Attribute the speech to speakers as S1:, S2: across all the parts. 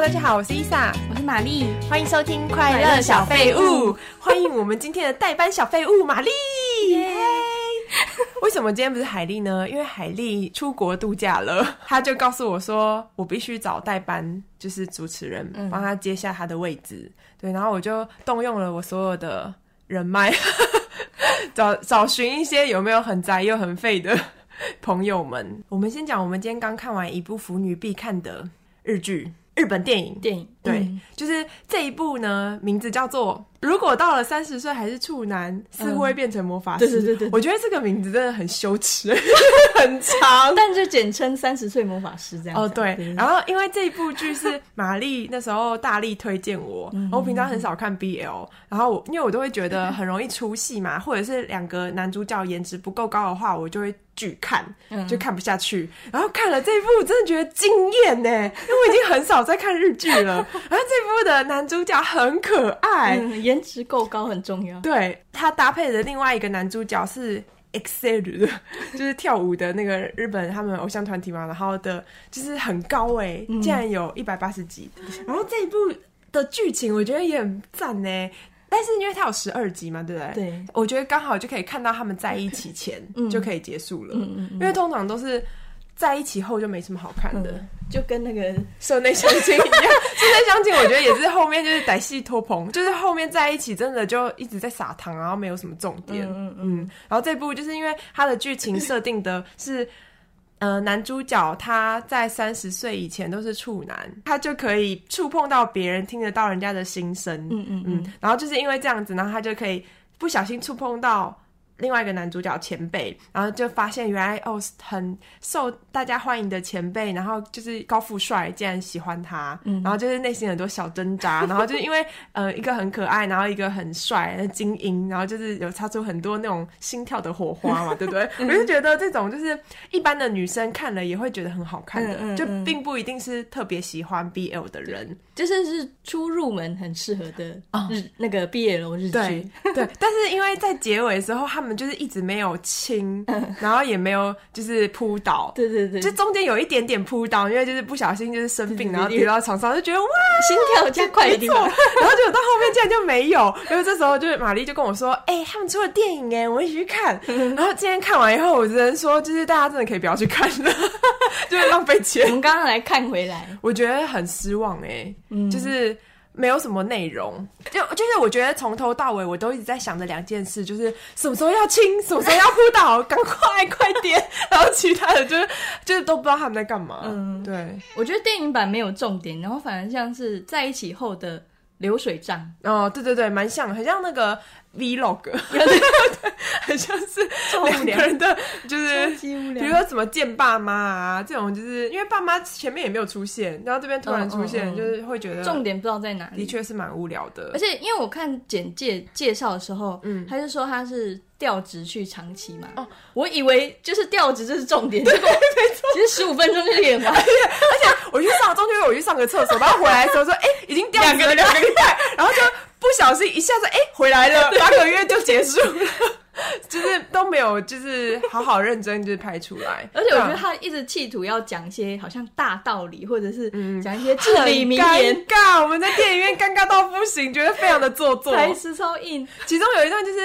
S1: 大家好，我是伊莎，
S2: 我是玛丽，
S1: 欢迎收听《快乐小废物》，欢迎我们今天的代班小废物玛丽。为什么今天不是海丽呢？因为海丽出国度假 了，她就告诉我说，我必须找代班，就是主持人帮她接下她的位置。对，然后我就动用了我所有的人脉， 找找寻一些有没有很宅又很废的 朋友们。我们先讲，我们今天刚看完一部腐女必看的日剧。日本电影，
S2: 电影
S1: 对，
S2: 嗯
S1: 就是这一部呢，名字叫做《如果到了三十岁还是处男，似乎会变成魔法师》
S2: 嗯对对对对对
S1: 我觉得这个名字真的很羞 耻，很长。
S2: 但就简称三十岁魔法师这样子。
S1: 哦， 对，然
S2: 后
S1: 后因为这部剧是玛丽那时候大力推荐我，
S2: 嗯
S1: 然后我平常很少看 BL，然后我因为我都会觉得很容易出戏嘛，或者是两个男主角颜值不够高的话，我就会拒看，
S2: 嗯
S1: 就看不下去。然后看了这部，我真的觉得惊艳呢，因为我已经很少在看日剧 了。然后这部的男主角很可爱，
S2: 嗯，颜值够高很重要。
S1: 对他搭配的另外一个男主角是 EXILE 的， 就是跳舞的那个日本他们偶像团体嘛，然后的就是很高哎、
S2: 嗯
S1: 竟然有一百八十集，然后这一部的剧情我觉得也很赞呢，但是因为它有十二集嘛，对不对？。
S2: 对，
S1: 我觉得刚好就可以看到他们在一起 前就可以结束了，
S2: 嗯嗯
S1: 因为通常都是在一起后就没什么好看的。
S2: 嗯，就跟那个
S1: 社内相亲一样， 社内相亲我觉得也是后面就是歹戏拖棚，就是后面在一起真的就一直在撒糖，然后没有什么重点。嗯
S2: 嗯嗯
S1: 然后这部就是因为它的剧情设定的是。呃，男主角他在三十岁以前都是处男，他就可以触碰到别人，听得到人家的心声。
S2: 嗯嗯嗯，
S1: 嗯，然后就是因为这样子，然后他就可以不小心触碰到另外一个男主角前辈，然后就发现原来哦很受大家欢迎的前辈，然后就是高富帅竟然喜欢他，
S2: 嗯
S1: 然后就是内心很多小挣扎，然后就是因为呃一个很可爱，然后一个很帅精英，然后就是有擦出很多那种心跳的火花嘛，对 不对？
S2: 嗯
S1: 我就觉得这种就是一般的女生看了也会觉得很好看的，
S2: 嗯嗯
S1: 就
S2: 嗯
S1: 并不一定是特别喜欢 BL 的人。
S2: 就是是初入门很适合的日那个毕业楼日
S1: 哦对
S2: 剧。
S1: 对， 但是因为在结尾的时候，他们就是一直没有亲， 然后也没有就是扑倒，
S2: 对嗯对对，
S1: 就中间有一点点扑倒，因为就是不小心就是生病，
S2: 对对
S1: 然后
S2: 对
S1: 跌到床上，就觉得哇，
S2: 心跳加 快一
S1: 没
S2: 点
S1: 错，。 然后结果到后面竟然就没有，因为这时候就是玛丽就跟我说，哎、他们出了电影哎，我们一起去看。 然后今天看完以后，我只能说，就是大家真的可以不要去看了， 就是浪费钱
S2: 我。们刚刚来看回来，
S1: 我觉得很失望哎、
S2: 嗯
S1: 就是没有什么内容，就就是我觉得从头到尾我都一直在想着两件事，就是什么时候要亲，什么时候要扑倒， 赶快快点， 然后其他的就是就是都不知道他们在干嘛。嗯，
S2: 嗯
S1: 对，
S2: 我觉得电影版没有重点，然后反而像是在一起后的流水账，
S1: 哦，对对对，蛮像，很像那个 vlog，很像是
S2: 超
S1: 两
S2: 无
S1: 个
S2: 聊，
S1: 人的，就是
S2: 超。级无
S1: 比如
S2: 聊。
S1: 说怎么见爸妈啊，这种就是因为爸妈前面也没有出现，然后这边突然出现，
S2: 嗯嗯嗯
S1: 就是会觉得
S2: 重点不知道在哪里
S1: 的，确是蛮无聊的
S2: 而。且因为我看简介介绍的时候，嗯，他就说他是调职去长期嘛，哦，我以为就是调职这是重点，结果其实十五分钟就演 完，
S1: 我去上，中间我去上个厕所，然后回来的时候说，哎、已经掉两个两个礼拜，然后就不小心一下子，哎、回来了，八个月就结束了， 就是都没有，就是好好认真就是拍出来。
S2: 而且我觉
S1: 对
S2: 得
S1: 啊
S2: 他一直企图要讲一些好像大道理，或者是讲一些至理名
S1: 很
S2: 言，
S1: 尴尬，我们在电影院尴尬到不行，觉得非常的做作。
S2: 台词超硬，
S1: 其中有一段就是，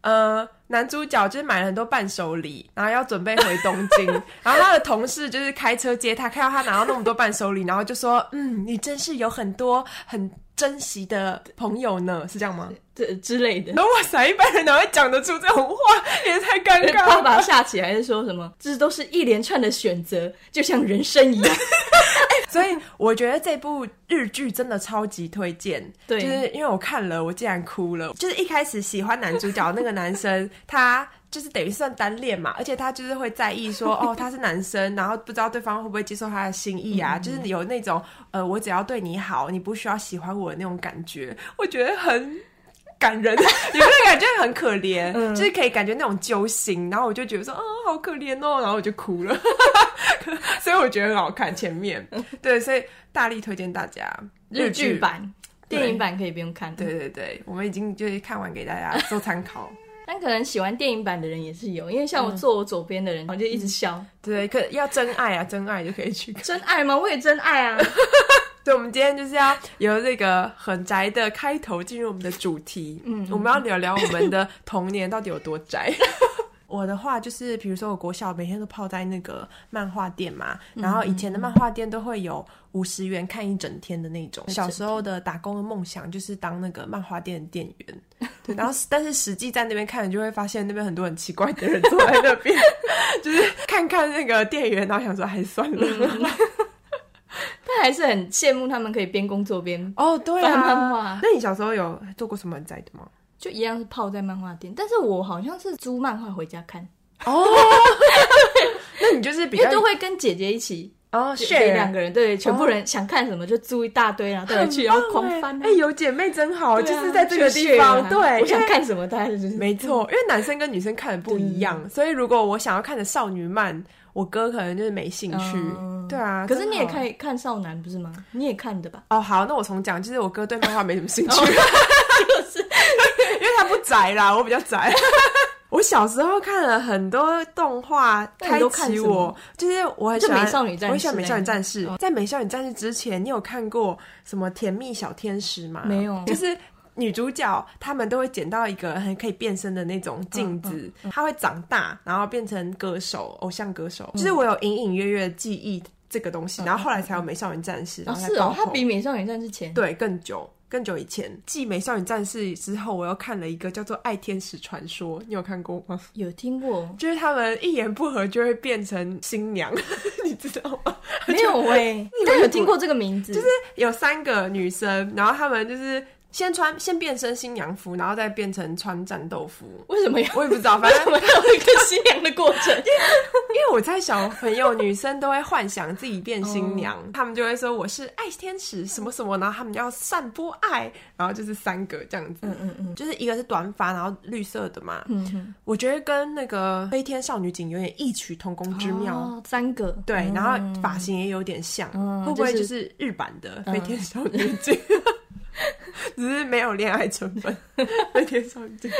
S1: 呃，男主角就是买了很多伴手礼，然后要准备回东京，然后他的同事就是开车接他，看到他拿到那么多伴手礼，然后就说：“嗯，你真是有很多很珍惜的朋友呢，是这样吗
S2: 这之类？”的。
S1: 然后哇塞，一般人哪会讲得出这种话，也太尴尬
S2: 爸
S1: 了。
S2: 爸下棋还是说什么？这都是一连串的选择，就像人生一样。
S1: 所以我觉得这部日剧真的超级推荐，
S2: 对
S1: 就是因为我看了，我竟然哭了。就是一开始喜欢男主角那个男生，他就是等于算单恋嘛，而且他就是会在意说，哦，他是男生，然后不知道对方会不会接受他的心意啊，就是有那种呃，我只要对你好，你不需要喜欢我的那种感觉，我觉得很。感人，有没有感觉很可怜？就是可以感觉那种揪心，然后我就觉得说，啊、好可怜哦，然后我就哭了。所以我觉得很好看。前 面对，所以大力推荐大家
S2: 日剧。版、电影版可以不用看，
S1: 对对对，我们已经就是看完给大家做参 考。
S2: 但可能喜欢电影版的人也是有，因为像我坐我左边的人，我就一直笑。
S1: 对，可要真爱啊，真爱就可以去看。
S2: 真爱吗？我也真爱啊！
S1: 对，我们今天就是要由这个很宅的开头进入我们的主题。嗯，我们要聊聊我们的童年到底有多 宅。我的话就是，比如说我国小每天都泡在那个漫画店嘛，然后以前的漫画店都会有五十元看一整天的那种。小时候的打工的梦想就是当那个漫画店的店 员，对。然后但是实际在那边看，你就会发现那边很多很奇怪的人坐在那边， 就是看看那个店员，然后想说还算了。
S2: 但还是很羡慕他们可以边工作边
S1: 哦，对
S2: 翻
S1: 啊，
S2: 漫画
S1: 那你小时候有做过什么很宅的吗？
S2: 就一样是泡在漫画店，但是我好像是租漫画回家看，
S1: 哦， 那你就是比
S2: 因
S1: 较
S2: 为都会跟姐姐一起，
S1: 哦
S2: 姐姐两
S1: 个
S2: 个人对，全部人想看什么就租一大堆，然后带回去，然后狂翻啊。
S1: 哎、有姐妹真好，
S2: 对
S1: 就
S2: 啊
S1: 是在这个
S2: 去
S1: 地方，
S2: share 啊
S1: 对，
S2: 我想
S1: 因为
S2: 看嗯什么，大家就是
S1: 没错，因为男生跟女生看的不一样，所以如果我想要看的少女漫，我哥可能就是没兴趣。
S2: 嗯
S1: 对啊，
S2: 可是你也
S1: 真好
S2: 看看少男不是吗？你也看的吧？
S1: 哦，好，那我重讲，就是我哥对漫画没什么兴 趣，哦就是因为他不宅啦，我比较宅。 我小时候看了很多动画，
S2: 那
S1: 开
S2: 你都看
S1: 启
S2: 什
S1: 我
S2: 么，
S1: 就是我很
S2: 就
S1: 喜欢
S2: 美少女战士
S1: 我很喜欢美少女战士
S2: 那。
S1: 在美少女战士之前，你有看过什么《甜蜜小天使》吗？
S2: 没有
S1: 就是。 女主角她们都会捡到一个很可以变身的那种镜子，她会长大，然后变成歌手、偶像歌手。就是我有隐隐约约记忆这个东西，然后后来才有美少女战士。
S2: 哦，
S1: 然后才
S2: 是哦
S1: 爆，
S2: 他
S1: 红
S2: 比美少女战士前。
S1: 对，更久更久以前，继《美少女战士》之后，我又看了一个叫做《爱天使传说》，你有看过吗？
S2: 有听过
S1: 就是他们一言不合就会变成新娘， 你知道吗？
S2: 没有 哎？但有听过这个名字，就是
S1: 有三个女生，然后她们就是先穿先变身新娘服，然后再变成穿战斗服。
S2: 为什么要
S1: 我也不知道，反
S2: 为
S1: 正
S2: 什么要有一个新娘的过程？
S1: 因为我在小朋友女生都会幻想自己变新娘，
S2: 哦
S1: 她们就会说我是爱天使什么什么，然后她们要散播爱，然后就是三个这样子，嗯嗯嗯，就是一个是短发，然后绿色的嘛，
S2: 嗯哼，
S1: 我觉得跟那个《飞天少女警》有点异曲同工之妙。
S2: 哦三个
S1: 对，
S2: 嗯
S1: 然后发型也有点像，
S2: 嗯
S1: 会不会就
S2: 就嗯
S1: 是是日版的《飞天少女警》 只是没有恋爱成 分，《飞天少女警》。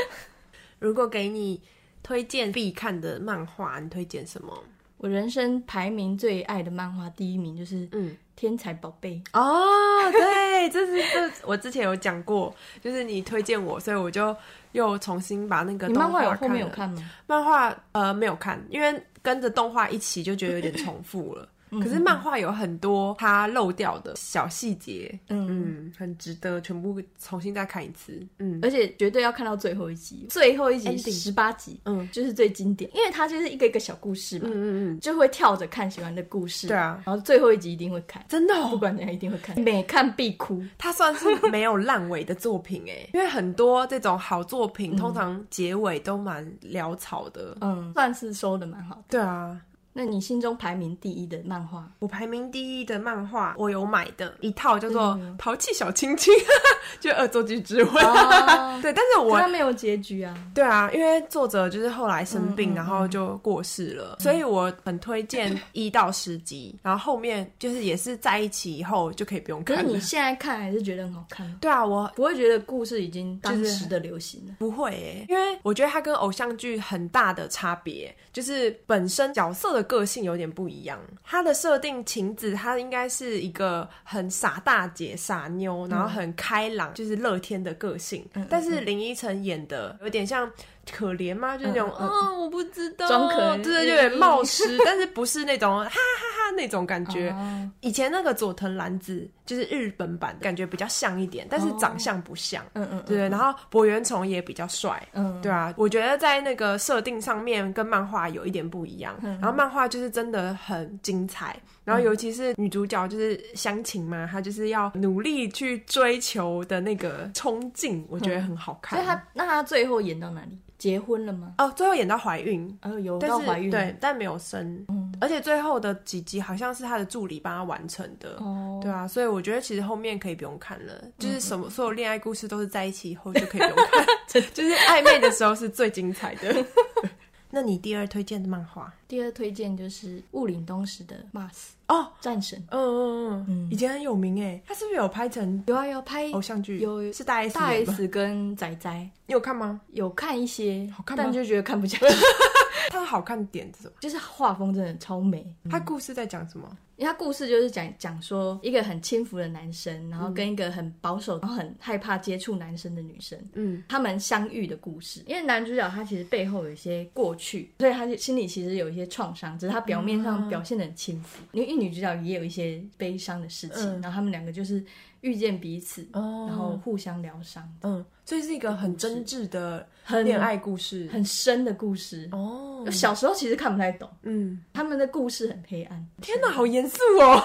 S1: 如果给你推荐必看的漫画，你推荐什么？
S2: 我人生排名最爱的漫画第一名就是《
S1: 嗯，
S2: 天才宝贝
S1: 哦，对，这是这我之前有讲过，就是你推荐我，所以我就又重新把那》。个
S2: 你
S1: 动
S2: 漫画有
S1: 看
S2: 后面有
S1: 了
S2: 看吗？
S1: 漫画呃没有看，因为跟着动画一起就觉得有点重复了。
S2: 嗯
S1: 可是漫画有很多它漏掉的小细节，
S2: 嗯
S1: 嗯，很值得全部重新再看一次。嗯
S2: 而且绝对要看到最后一集，哦最后一集
S1: Ending
S2: 十八集，
S1: 嗯
S2: 就是最经典，因为它就是一个一个小故事嘛，
S1: 嗯嗯嗯，
S2: 就会跳着看喜欢的故事，
S1: 对啊
S2: 然后最后一集一定会看，
S1: 真的、
S2: 不
S1: 哦，
S2: 管怎样一定会看，每看必哭。
S1: 它算是没有烂尾的作品哎，因为很多这种好作品通常结尾都蛮潦草的。
S2: 嗯，算是收的蛮好的。
S1: 对啊，
S2: 那你心中排名第一的漫画？
S1: 我排名第一的漫画，我有买的一套叫做
S2: 嗯
S1: 《淘气小亲亲》， 就恶作剧之吻。
S2: 哦，
S1: 对，但是啊我
S2: 它没有结局啊。
S1: 对啊，因为作者就是后来生病，
S2: 嗯嗯嗯
S1: 然后就过世了，所以我很推荐一到十集，然后后面就是也是在一起以后就可以不用
S2: 可是
S1: 看了
S2: 你。现在看还是觉得很好看吗？
S1: 对啊，我
S2: 不会觉得故事已经当
S1: 就是
S2: 时的流行了。
S1: 不会诶、因为我觉得它跟偶像剧很大的差别就是本身角色的个性有点不一样。它的设定晴子，她应该是一个很傻大姐、傻妞，然后很开朗，就是乐天的个性。
S2: 嗯
S1: 但是林依晨演的有点像可怜吗？就是那种
S2: 嗯嗯
S1: 嗯
S2: 嗯
S1: 我不知道，
S2: 装可怜
S1: 对对，有点冒失，但是不是那种哈哈哈那种感觉。
S2: 哦
S1: 以前那个佐藤蓝子就是日本版，感觉比较像一点，但
S2: 哦
S1: 是长相不像。
S2: 嗯嗯，
S1: 对，然后博元崇也比较帅，
S2: 嗯，
S1: 对啊，我觉得在那个设定上面跟漫画有一点不一样，
S2: 嗯
S1: 然后漫画就是真的很精彩，然后尤其是女主角就是湘琴嘛，她就是要努力去追求的那个冲劲，我觉得很好看。
S2: 嗯所以他那他最后演到哪里？结婚了吗？
S1: 哦，最后演到怀孕，
S2: 哦，有
S1: 但
S2: 到
S1: 是
S2: 怀孕了嗯
S1: 对，但没有生，而且最后的几集好像是她的助理帮她完成的。
S2: 哦，
S1: 对啊，所以我觉得其实后面可以不用看了，就是什么所有恋爱故事都是在一起以后就可以不用 看，就是暧昧的时候是最精彩的。 那你第二推荐的漫画
S2: 第二推荐就是雾岭东石的 Mars，
S1: 哦，
S2: 战神
S1: 嗯嗯嗯，以前很有名哎，他是不是有拍成
S2: 有啊有拍
S1: 偶像剧？
S2: 有有
S1: 是大 S
S2: 大
S1: 演的吧
S2: S 跟仔仔
S1: 你有看吗？
S2: 有看一些
S1: 好，看吗
S2: 但就觉得看不下去，
S1: 他的好看点是什么？
S2: 就是画风真的超美。
S1: 他故事在讲什么？
S2: 因为他故事就是讲讲说一个很轻浮的男生，然后跟一个很保守，然后很害怕接触男生的女生，
S1: 嗯，
S2: 他们相遇的故事。因为男主角他其实背后有一些过去，所以他心里其实有一些创伤，只是他表面上表现的很轻浮。因为女主角也有一些悲伤的事情，
S1: 嗯
S2: 然后他们两个就是遇见彼此，
S1: 哦
S2: 然后互相疗伤，
S1: 嗯，所以是一个很真挚的
S2: 很
S1: 恋爱故事。
S2: 很深的故事。
S1: 哦，
S2: 小时候其实看不太懂，
S1: 嗯，
S2: 他们的故事很黑暗，
S1: 天哪，好严肃 哦！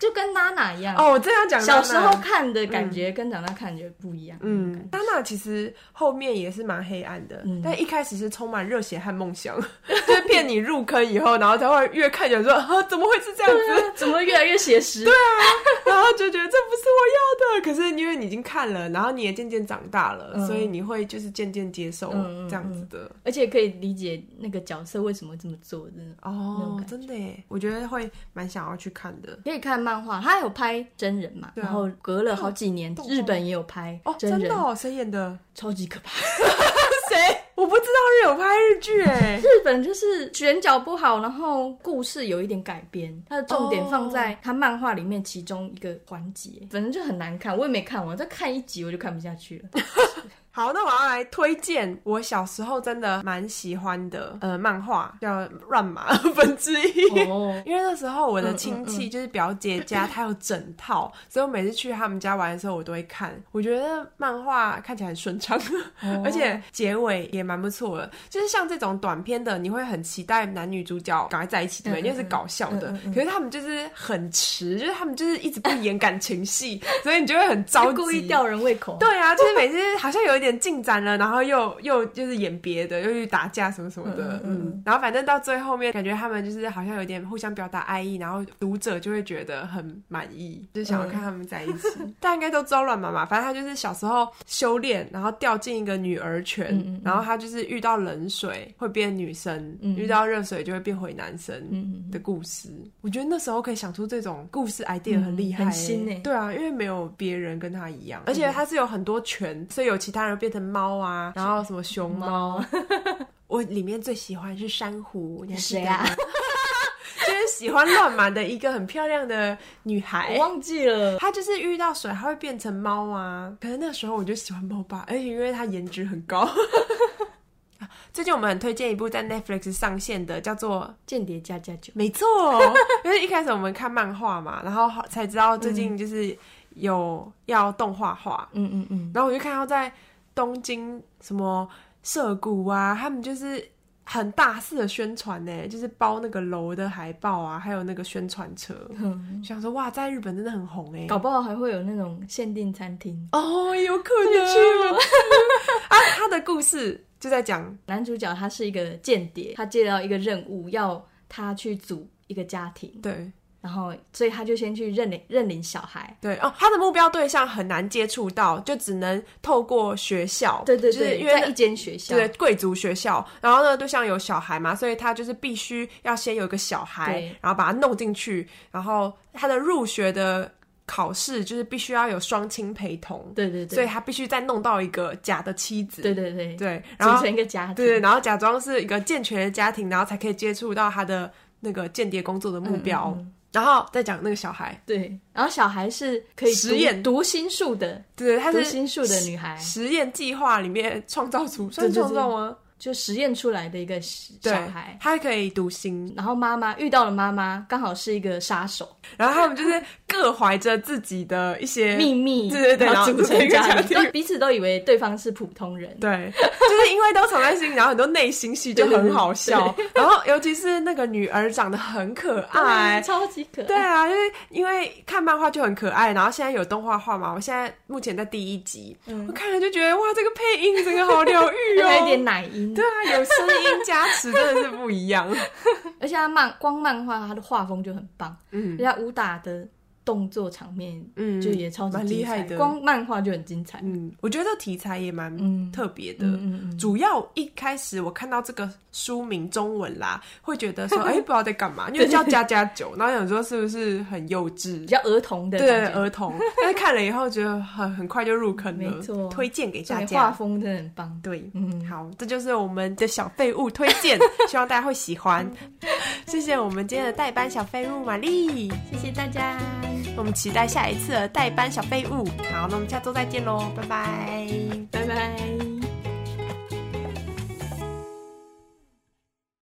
S2: 就跟娜娜一样。
S1: 哦，我这样讲，
S2: 小时候，看的感觉跟长大看觉不一样。
S1: 嗯，娜娜其实后面也是蛮黑暗的，
S2: 嗯
S1: 但一开始是充满热血和梦 想，就是骗你入坑以后，然后才会越看起来说啊，怎么会是这样子？
S2: 怎么越来越写实？对，
S1: 然后就觉得这不是我要的。可是因为你已经看了，然后你也渐渐长大了，
S2: 嗯
S1: 所以你会就是渐渐接受
S2: 嗯嗯
S1: 这样子的。
S2: 而且可以理解那个角色为什么会这么做，真的。那种
S1: 哦
S2: 感，觉
S1: 真的耶，我觉得会蛮想要去看的。
S2: 可以看漫画，他有拍真人嘛？
S1: 对啊
S2: 然后隔了好几年，日本也有拍
S1: 哦，
S2: 真
S1: 真
S2: 人，
S1: 的哦，谁演 的？
S2: 超级可怕。
S1: 谁？我不知道日有拍日剧哎。
S2: 日本就是选角不好，然后故事有一点改编，它的重点放在它漫画里面其中一个环节，哦反正就很难看。我也没看完，再看一集我就看不下去 了。
S1: 好，那我要来推荐我小时候真的蛮喜欢的呃漫画，叫《乱马 分之一》。
S2: 哦，嗯
S1: 因为那时候我的亲戚就是表姐家，她有整 套，所以我每次去他们家玩的时候，我都会看。我觉得漫画看起来很顺畅，
S2: 哦
S1: 而且结尾也蛮不错的。就是像这种短片的，你会很期待男女主角赶快在一起，对不对？
S2: 嗯嗯嗯
S1: 因为是搞笑的。可是他们就是很迟，就是他们就是一直不演感情戏， 所以你就会很着
S2: 就
S1: 急，
S2: 故意吊人胃 口。
S1: 对啊，就是每次好像有一点进展了，然后又 又就是演别的，又去打架什么什么的，
S2: 嗯嗯
S1: 嗯，然后反正到最后面，感觉他们就是好像有点互相表达爱意，然后读者就会觉得很满意，就想要看他们在一起。 大家应该都知道乱妈妈，反正她就是小时候修炼，然后掉进一个女儿泉，
S2: 嗯嗯嗯
S1: 然后她就是遇到冷水会变女生，
S2: 嗯
S1: 遇到热水就会变回男生，
S2: 嗯，
S1: 的故事，我觉得那时候可以想出这种故事 idea 很厉害、欸
S2: 很新欸嗯
S1: 对啊，因为没有别人跟他一样，而且他是有很多拳，所以有其他人变成猫啊，然后什么熊猫。
S2: 猫。
S1: 我里面最喜欢是珊瑚，你还记得
S2: 谁
S1: 吗
S2: 啊？
S1: 就是喜欢乱马的一个很漂亮的女
S2: 我
S1: 孩。
S2: 忘记了。
S1: 她就是遇到水，她会变成猫啊。可能那时候我就喜欢猫吧，而且因为她颜值很高。 最近我们很推荐一部在 Netflix 上线的，叫做
S2: 间谍加加酒，
S1: 没错， 因为一开始我们看漫画嘛，然后才知道最近就是有要动画化，
S2: 嗯嗯嗯，
S1: 然后我就看到在东京什么涩谷啊，他们就是很大肆的宣传呢，就是包那个楼的海报啊，还有那个宣传车，
S2: 嗯
S1: 想说哇，在日本真的很红哎。
S2: 搞不好还会有那种限定餐厅。
S1: 哦，有可能去吗？ 啊，他的故事就在讲，
S2: 男主角他是一个间谍，他接到一个任务，要他去组一个家庭，
S1: 对
S2: 然后所以他就先去认领认领小孩。
S1: 对哦，他的目标对象很难接触到，就只能透过学校，
S2: 对对
S1: 就是
S2: 对，
S1: 因为
S2: 在一间学校，
S1: 对贵族学校，然后呢，对象有小孩嘛，所以他就是必须要先有一个小孩
S2: 对，
S1: 然后把他弄进去，然后他的入学的考试就是必须要有双亲陪同，
S2: 对对
S1: 所以
S2: 对，
S1: 他必须再弄到一个假的妻子，
S2: 对对对，
S1: 对然
S2: 组
S1: 后
S2: 成一个家庭。
S1: 对对，然后假装是一个健全的家庭，然后才可以接触到他的那个间谍工作的目标，
S2: 嗯
S1: 然后再讲那个小孩，
S2: 对，然后小孩是可以读
S1: 实验
S2: 读心术的，
S1: 对，他
S2: 读
S1: 是
S2: 心术的女孩，
S1: 实验计划里面创造出，算是
S2: 对对
S1: 创造吗？
S2: 就实验出来的一个小
S1: 对
S2: 小孩，。
S1: 他可以读心，
S2: 然后妈妈遇到了妈妈，刚好是一个杀手，
S1: 然后他们就是各怀着自己的一些
S2: 秘密，
S1: 对对对
S2: 然
S1: 然后
S2: 后组成
S1: 组
S2: 家
S1: 成一个家
S2: 庭，
S1: 庭
S2: 都彼此都以为对方是普通人，
S1: 对，就是因为都藏在心里，然后很多内心戏就很好 笑。然后尤其是那个女儿长得很可
S2: 哎，
S1: 爱。
S2: 超级可
S1: 对
S2: 爱。
S1: 啊，就是因为看漫画就很可爱，然后现在有动画化嘛，我现在目前在第一集，我看了就觉得哇，这个配音整个好疗愈
S2: 而且还嗯 有点
S1: 哦。
S2: 奶音，
S1: 对啊，有声音加持真的是不一样。
S2: 而且他漫光漫画，他的画风就很棒，
S1: 嗯
S2: 人家武打的动作场面，
S1: 嗯
S2: 就也超级
S1: 蛮
S2: 精
S1: 厉害
S2: 彩
S1: 的
S2: 光漫画就很精彩。
S1: 嗯，我觉得这题材也蛮
S2: 嗯
S1: 特别的。
S2: 嗯嗯嗯，
S1: 主要一开始我看到这个书名中文 啦，会觉得说，哎、不知道在干嘛，因为叫加加酒，然后想说是不是很幼稚
S2: 比，较儿童的
S1: 对
S2: 感觉，
S1: 儿童。但是看了以后，觉得很很快就入坑
S2: 没错
S1: 了，推荐给
S2: 所
S1: 大
S2: 以画
S1: 家。
S2: 风真的很棒。
S1: 对，
S2: 嗯，
S1: 好，这就是我们的小废物推 荐，希望大家会喜欢。谢谢我们今天的代班小废物玛丽，
S2: 谢谢大家，
S1: 我们期待下一次的代班小废物。好，那我们下周再见喽，拜拜。
S2: 拜拜。